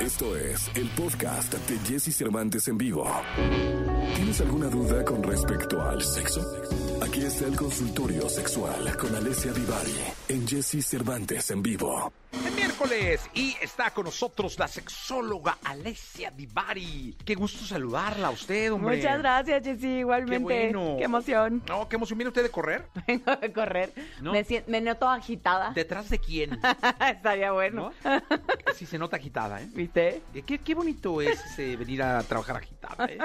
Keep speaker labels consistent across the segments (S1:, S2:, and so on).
S1: Esto es el podcast de Jesse Cervantes en vivo. ¿Tienes alguna duda con respecto al sexo? Aquí está el consultorio sexual con Alessia Divari en Jesse Cervantes en vivo.
S2: Es miércoles y está con nosotros la sexóloga Alessia Divari. Qué gusto saludarla a usted, hombre.
S3: Muchas gracias, Jessy, igualmente.
S2: Qué bueno.
S3: emoción.
S2: No, qué emoción. ¿Viene usted de correr?
S3: Vengo de correr.
S2: No.
S3: Me, sien- me noto agitada.
S2: ¿Detrás de quién?
S3: Estaría bueno.
S2: ¿No? Sí, se nota agitada, ¿eh?
S3: ¿Viste?
S2: Eh, Qué, qué bonito es eh, venir a trabajar agitada, ¿eh?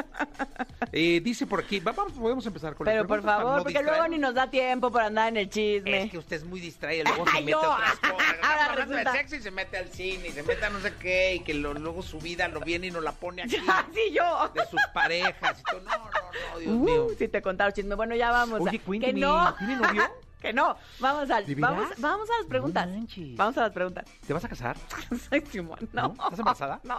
S2: Eh, Dice por aquí, va- vamos, podemos empezar con las
S3: Pero por
S2: preguntas para
S3: favor,
S2: no
S3: porque luego ni
S2: distraernos.
S3: nos da tiempo para andar en el chisme.
S2: Es que usted es muy distraída, luego se
S3: Ay,
S2: mete
S3: yo.
S2: a otras cosas. Estamos
S3: Ahora
S2: hablando de
S3: resulta.
S2: sexo y se mete al cine, y se mete a no sé qué, y que lo- luego su vida lo viene y nos la pone aquí.
S3: Ya, sí, yo.
S2: de sus parejas. Y todo. No, no, no, Dios
S3: Uh,
S2: mío.
S3: si te contaba el chisme. Bueno, ya vamos.
S2: Oye,
S3: a-
S2: cuénteme,
S3: que no.
S2: ¿tiene novio?
S3: que no. Vamos al,
S2: ¿De veras?
S3: vamos, vamos a las
S2: No
S3: preguntas.
S2: manches.
S3: vamos a las preguntas.
S2: ¿Te vas a casar?
S3: Ay, Simón, no.
S2: ¿No? ¿Estás embarazada?
S3: No.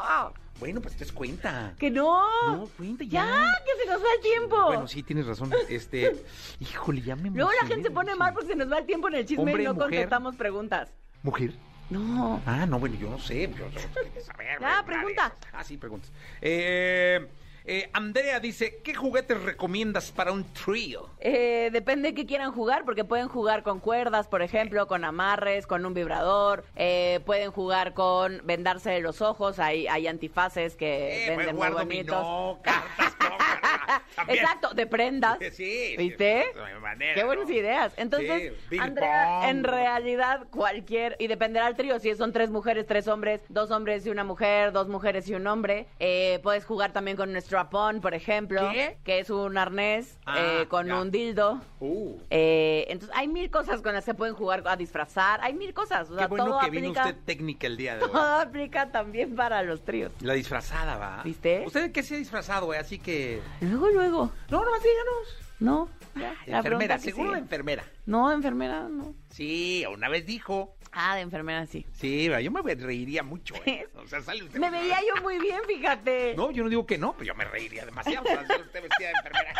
S2: Bueno, pues entonces cuenta.
S3: Que no.
S2: No, cuenta ya.
S3: ya. que se nos va el tiempo.
S2: Bueno, sí, tienes razón. Este, híjole, ya me
S3: Luego la
S2: emocioné,
S3: gente se pone
S2: Lucy.
S3: mal pues. porque se nos va el tiempo en el chisme
S2: Hombre,
S3: y no
S2: mujer.
S3: contestamos preguntas.
S2: ¿Mujer?
S3: No.
S2: Ah, no, bueno, yo no sé. Yo, yo quería saber.
S3: Ya,
S2: ¿verdad?
S3: pregunta.
S2: Ah, sí, preguntas. Eh, eh, Andrea dice, ¿qué juguetes recomiendas para un trío?
S3: Eh, depende de qué quieran jugar, porque pueden jugar con cuerdas, por ejemplo, con amarres, con un vibrador, eh, pueden jugar con vendarse los ojos, hay, hay antifaces que
S2: Eh, pues,
S3: venden muy
S2: jugar
S3: bonitos.
S2: dominó,
S3: Ah,
S2: cartas, póker, ah, también.
S3: Exacto, de prendas.
S2: Sí, sí,
S3: ¿Viste?
S2: de manera,
S3: Qué buenas
S2: ¿no?
S3: ideas. Entonces,
S2: Sí, ping pong.
S3: Andrea, en realidad cualquier, y dependerá del trío, si son tres mujeres, tres hombres, dos hombres y una mujer, dos mujeres y un hombre, eh, puedes jugar también con un strap-on, por ejemplo,
S2: ¿Qué?
S3: que es un arnés
S2: Ah,
S3: eh, con
S2: ya.
S3: un dildo.
S2: Uh.
S3: Eh, entonces, hay mil cosas con las que pueden jugar a disfrazar, hay mil cosas. O sea,
S2: Qué bueno
S3: todo
S2: que vino
S3: aplica,
S2: usted técnica el día de hoy.
S3: todo aplica también para los tríos.
S2: La disfrazada, va.
S3: ¿Viste?
S2: ¿Usted de qué se ha disfrazado, eh? Así que.
S3: Luego, luego,
S2: No, nomás díganos.
S3: no. ya, la
S2: Ah, enfermera,
S3: pregunta que
S2: seguro de
S3: sigue.
S2: enfermera.
S3: No, enfermera, no.
S2: Sí, una vez dijo.
S3: Ah, de enfermera sí.
S2: Sí, va, yo me reiría mucho, ¿eh? O sea, sale usted.
S3: Me veía yo muy bien, fíjate.
S2: No, yo no digo que no, pero yo me reiría demasiado. O sea, sale usted vestida de enfermera.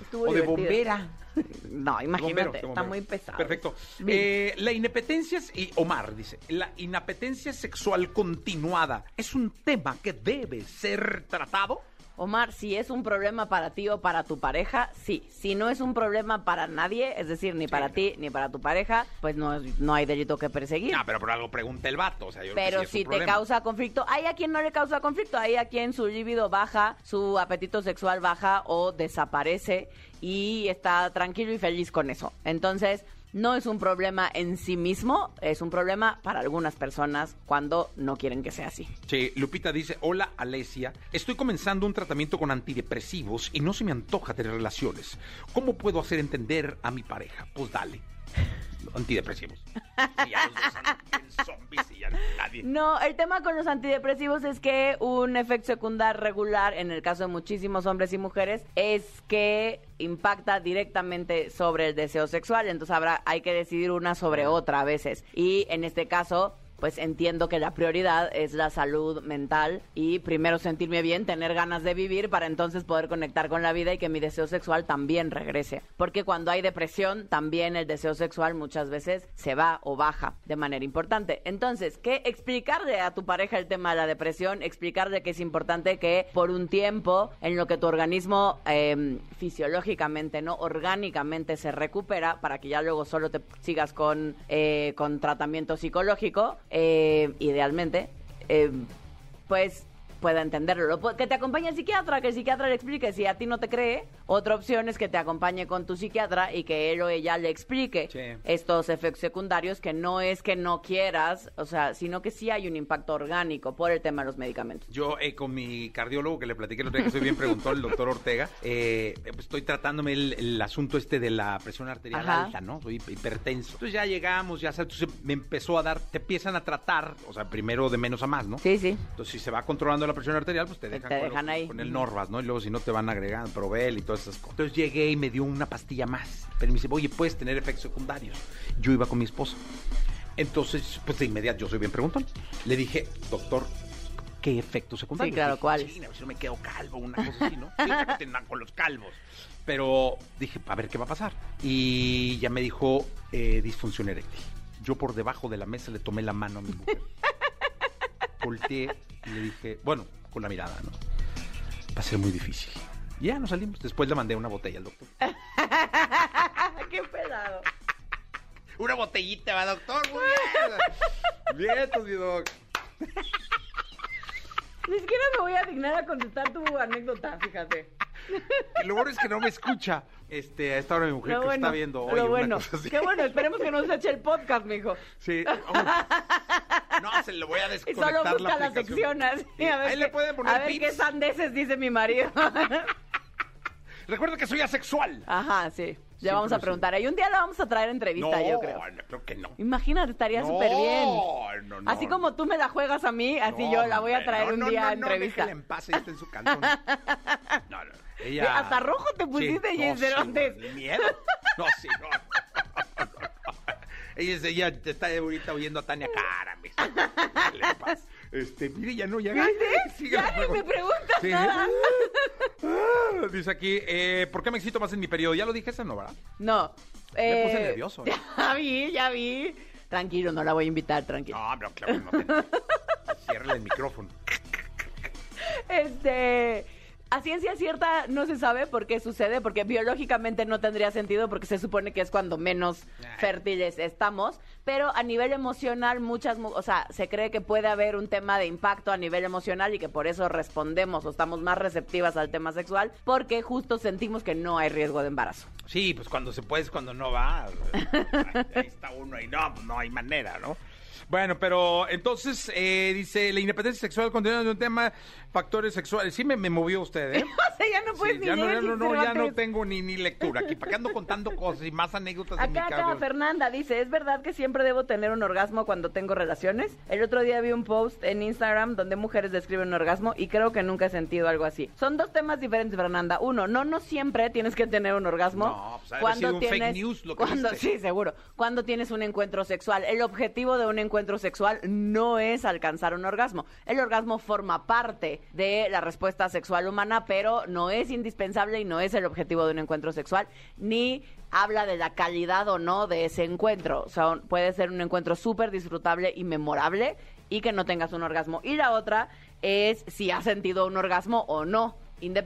S3: Estuvo
S2: O de
S3: divertido.
S2: bombera.
S3: No, imagínate,
S2: Bombero, de
S3: está
S2: bombero.
S3: muy pesado.
S2: Perfecto.
S3: Bien.
S2: Eh, la inapetencia, es- y Omar dice, la inapetencia sexual continuada es un tema que debe ser tratado.
S3: Omar, si es un problema para ti o para tu pareja, sí. Si no es un problema para nadie, es decir, ni para ti ni para tu pareja, pues no, es- no hay delito que perseguir.
S2: Ah, pero por algo pregunta el vato. O sea, yo creo que
S3: Pero
S2: sí es un
S3: si te
S2: problema.
S3: causa conflicto, hay a quien no le causa conflicto, hay a quien su libido baja, su apetito sexual baja o desaparece y está tranquilo y feliz con eso. Entonces, no es un problema en sí mismo, es un problema para algunas personas cuando no quieren que sea así.
S2: Che, Lupita dice, hola Alesia, estoy comenzando un tratamiento con antidepresivos y no se me antoja tener relaciones. ¿Cómo puedo hacer entender a mi pareja? Pues dale. Antidepresivos. Y ya los dos andan bien zombies y ya nadie.
S3: No, el tema con los antidepresivos es que un efecto secundario regular, en el caso de muchísimos hombres y mujeres, es que impacta directamente sobre el deseo sexual. Entonces habrá, hay que decidir una sobre otra a veces. Y en este caso, pues entiendo que la prioridad es la salud mental y primero sentirme bien, tener ganas de vivir para entonces poder conectar con la vida y que mi deseo sexual también regrese. Porque cuando hay depresión, también el deseo sexual muchas veces se va o baja de manera importante. Entonces, ¿qué explicarle a tu pareja el tema de la depresión? Explicarle que es importante que por un tiempo en lo que tu organismo eh, fisiológicamente, ¿no? Orgánicamente se recupera para que ya luego solo te sigas con, eh, con tratamiento psicológico, eh, idealmente, eh, pues pueda entenderlo. Lo pu- Que te acompañe el psiquiatra, que el psiquiatra le explique. Si a ti no te cree, otra opción es que te acompañe con tu psiquiatra y que él o ella le explique
S2: Sí.
S3: estos efectos secundarios, que no es que no quieras, o sea, sino que sí hay un impacto orgánico por el tema de los medicamentos.
S2: Yo eh, con mi cardiólogo que le platiqué el otro día, que soy bien preguntón, el doctor Ortega, eh, eh, pues, estoy tratándome el, el asunto este de la presión arterial
S3: Ajá.
S2: alta, ¿no? Soy hi- hipertenso. Entonces ya llegamos, ya sabes, entonces me empezó a dar, te empiezan a tratar, o sea, primero de menos a más, ¿no?
S3: Sí, sí.
S2: Entonces, si se va controlando la presión arterial, pues te
S3: Te-
S2: dejan,
S3: te
S2: con,
S3: dejan
S2: los-
S3: ahí.
S2: con el Norvas, ¿no? Y luego si no te van agregando Provel y todas esas cosas. Entonces llegué y me dio una pastilla más. Pero me dice, oye, puedes tener efectos secundarios. Yo iba con mi esposa. Entonces, pues de inmediato, yo soy bien preguntón. Le dije, doctor, ¿qué efectos secundarios?
S3: Sí, claro,
S2: Dije,
S3: ¿cuáles?
S2: "Chin, a ver si no me quedo calvo, una cosa así, ¿no? Sí, ya que tengan con los calvos. Pero dije, a ver qué va a pasar. Y ya me dijo, eh, disfunción eréctil. Yo por debajo de la mesa le tomé la mano a mi mujer. Volteé Y le dije, bueno, con la mirada, ¿no? Va a ser muy difícil. Y Ya nos salimos. Después le mandé una botella al doctor.
S3: Ah, ¡Qué pedado!
S2: Una botellita, va, doctor. Muy bien. Vientos, mi doc.
S3: Ni siquiera me voy a dignar a contestar tu anécdota, fíjate.
S2: Y Lo bueno es que no me escucha. Este, a esta hora mi mujer
S3: Lo
S2: que
S3: bueno,
S2: está viendo hoy.
S3: lo
S2: una
S3: bueno.
S2: cosa así.
S3: Qué bueno, esperemos que no se eche el podcast, mijo.
S2: Sí. Oh. No, se lo voy a
S3: Y solo
S2: desconectar
S3: busca
S2: la
S3: la,
S2: aplicación.
S3: sección así. A ver
S2: Ahí le
S3: qué-
S2: pueden poner
S3: A ver
S2: pips.
S3: qué sandeces dice mi marido.
S2: Recuerda que soy asexual.
S3: Ajá, sí. Ya
S2: Siempre
S3: vamos a
S2: sí.
S3: preguntar. Ahí un día la vamos a traer entrevista, yo creo.
S2: no, creo que no.
S3: Imagínate, estaría
S2: No,
S3: súper bien.
S2: no, no.
S3: así como tú me la juegas a mí, así
S2: No,
S3: yo la voy a
S2: hombre,
S3: traer
S2: no,
S3: un
S2: no,
S3: día
S2: no,
S3: a
S2: no,
S3: entrevista.
S2: déjela en paz, ella está en su cantón. No, no. Ella...
S3: Sí, hasta rojo te pusiste,
S2: Sí, no,
S3: Jens
S2: sí,
S3: Cervantes.
S2: no, el miedo. No, sí, no. Ella, es- ella te está ahorita oyendo a Tania Cara, me está- déjala en paz. Este, mire, ya no, ya.
S3: ¿Viste?
S2: Sigue
S3: Ya
S2: la
S3: ni me
S2: pregunta.
S3: preguntas
S2: Sí.
S3: nada.
S2: Ah, Dice aquí, eh, ¿por qué me excito más en mi periodo? Ya lo dije esa, ¿no, verdad?
S3: No.
S2: Me puse nervioso, ¿eh?
S3: Ya vi, ya vi. Tranquilo, no la voy a invitar, tranquilo.
S2: No, pero claro, no te... Cierra el micrófono.
S3: Este. A ciencia cierta no se sabe por qué sucede, porque biológicamente no tendría sentido, porque se supone que es cuando menos
S2: Ay.
S3: fértiles estamos. Pero a nivel emocional, muchas. mu- O sea, se cree que puede haber un tema de impacto a nivel emocional y que por eso respondemos o estamos más receptivas al tema sexual, porque justo sentimos que no hay riesgo de embarazo.
S2: Sí, pues cuando se puede es cuando no va. Ahí está uno y no, pues no hay manera, ¿no? Bueno, pero entonces eh, dice la independencia sexual continuando un tema, factores sexuales. Sí me, me movió usted, ¿eh?
S3: O sea, ya no puedes
S2: Sí,
S3: ni
S2: ya, no, ya,
S3: leer
S2: no,
S3: Gil
S2: no, ya no
S3: Cervantes.
S2: tengo ni, ni lectura aquí. ¿Para qué ando contando cosas y más anécdotas de mi
S3: Acá, acá,
S2: cabeza?
S3: Fernanda dice, ¿es verdad que siempre debo tener un orgasmo cuando tengo relaciones? El otro día vi un post en Instagram donde mujeres describen un orgasmo y creo que nunca he sentido algo así. Son dos temas diferentes, Fernanda. Uno, no, no siempre tienes que tener un orgasmo.
S2: No, pues, ha de haber sido un fake news lo que
S3: cuando,
S2: viste.
S3: Sí, seguro. Cuando tienes un encuentro sexual. El objetivo de un encuentro sexual no es alcanzar un orgasmo. El orgasmo forma parte de la respuesta sexual humana, pero no es indispensable y no es el objetivo de un encuentro sexual, ni habla de la calidad o no de ese encuentro. O sea, un- puede ser un encuentro súper disfrutable y memorable y que no tengas un orgasmo. Y la otra es si has sentido un orgasmo o no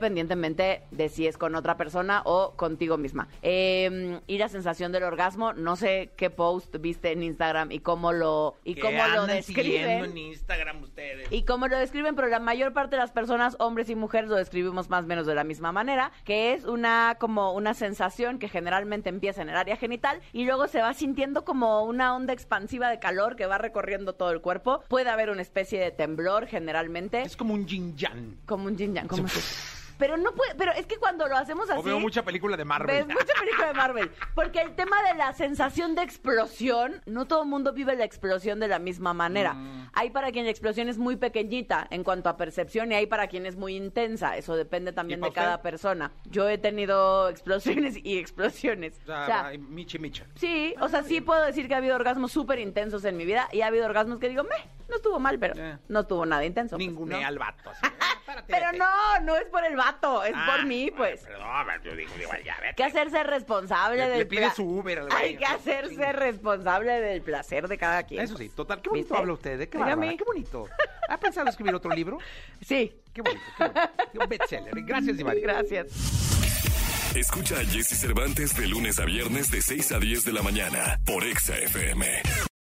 S3: independientemente de si es con otra persona o contigo misma. Eh, y la sensación del orgasmo, no sé qué post viste en Instagram y cómo lo y
S2: ¿Qué
S3: cómo lo
S2: andan siguiendo
S3: describen.
S2: en Instagram ustedes?
S3: Y cómo lo describen, pero la mayor parte de las personas, hombres y mujeres, lo describimos más o menos de la misma manera, que es una como una sensación que generalmente empieza en el área genital y luego se va sintiendo como una onda expansiva de calor que va recorriendo todo el cuerpo. Puede haber una especie de temblor generalmente.
S2: Es como un yin yang.
S3: Como un yin yang, como así. Pero no puede, pero es que cuando lo hacemos así.
S2: pues. O veo mucha película de Marvel. Ah,
S3: Ves mucha película de Marvel. Porque el tema de la sensación de explosión, no todo el mundo vive la explosión de la misma manera.
S2: Mm.
S3: Hay para quien la explosión es muy pequeñita en cuanto a percepción y hay para quien es muy intensa. Eso depende también
S2: ¿Y
S3: de
S2: pa'
S3: cada
S2: usted?
S3: persona. Yo he tenido explosiones y explosiones.
S2: O sea, Ah,
S3: O sea,
S2: ay, michi micha.
S3: sí, o sea, sí puedo decir que ha habido orgasmos súper intensos en mi vida y ha habido orgasmos que digo, meh, no estuvo mal, pero
S2: Eh.
S3: no estuvo nada intenso. pues,
S2: Ningún
S3: ¿no?
S2: al vato. así, "Ah, párate,
S3: Pero
S2: vete".
S3: no, no es por el vato, es
S2: Ah,
S3: por mí, pues.
S2: Perdón, pero yo digo, digo, ya, vete.
S3: Hay que hacerse responsable
S2: Le-
S3: del
S2: le pide
S3: pla-
S2: su Uber al
S3: Hay
S2: baño,
S3: que
S2: ¿no?
S3: hacerse
S2: Chinga.
S3: responsable del placer de cada quien.
S2: Eso sí,
S3: pues.
S2: total. Qué bonito
S3: ¿Viste?
S2: habla usted, ¿eh? qué
S3: Dígame.
S2: bárbara, qué bonito. ¿Ha pensado escribir otro libro?
S3: Sí.
S2: Qué bonito, qué bonito. Un bestseller. Gracias, Iván.
S3: Gracias.
S1: Escucha a Jesse Cervantes de lunes a viernes de 6 a 10 de la mañana por Exa FM.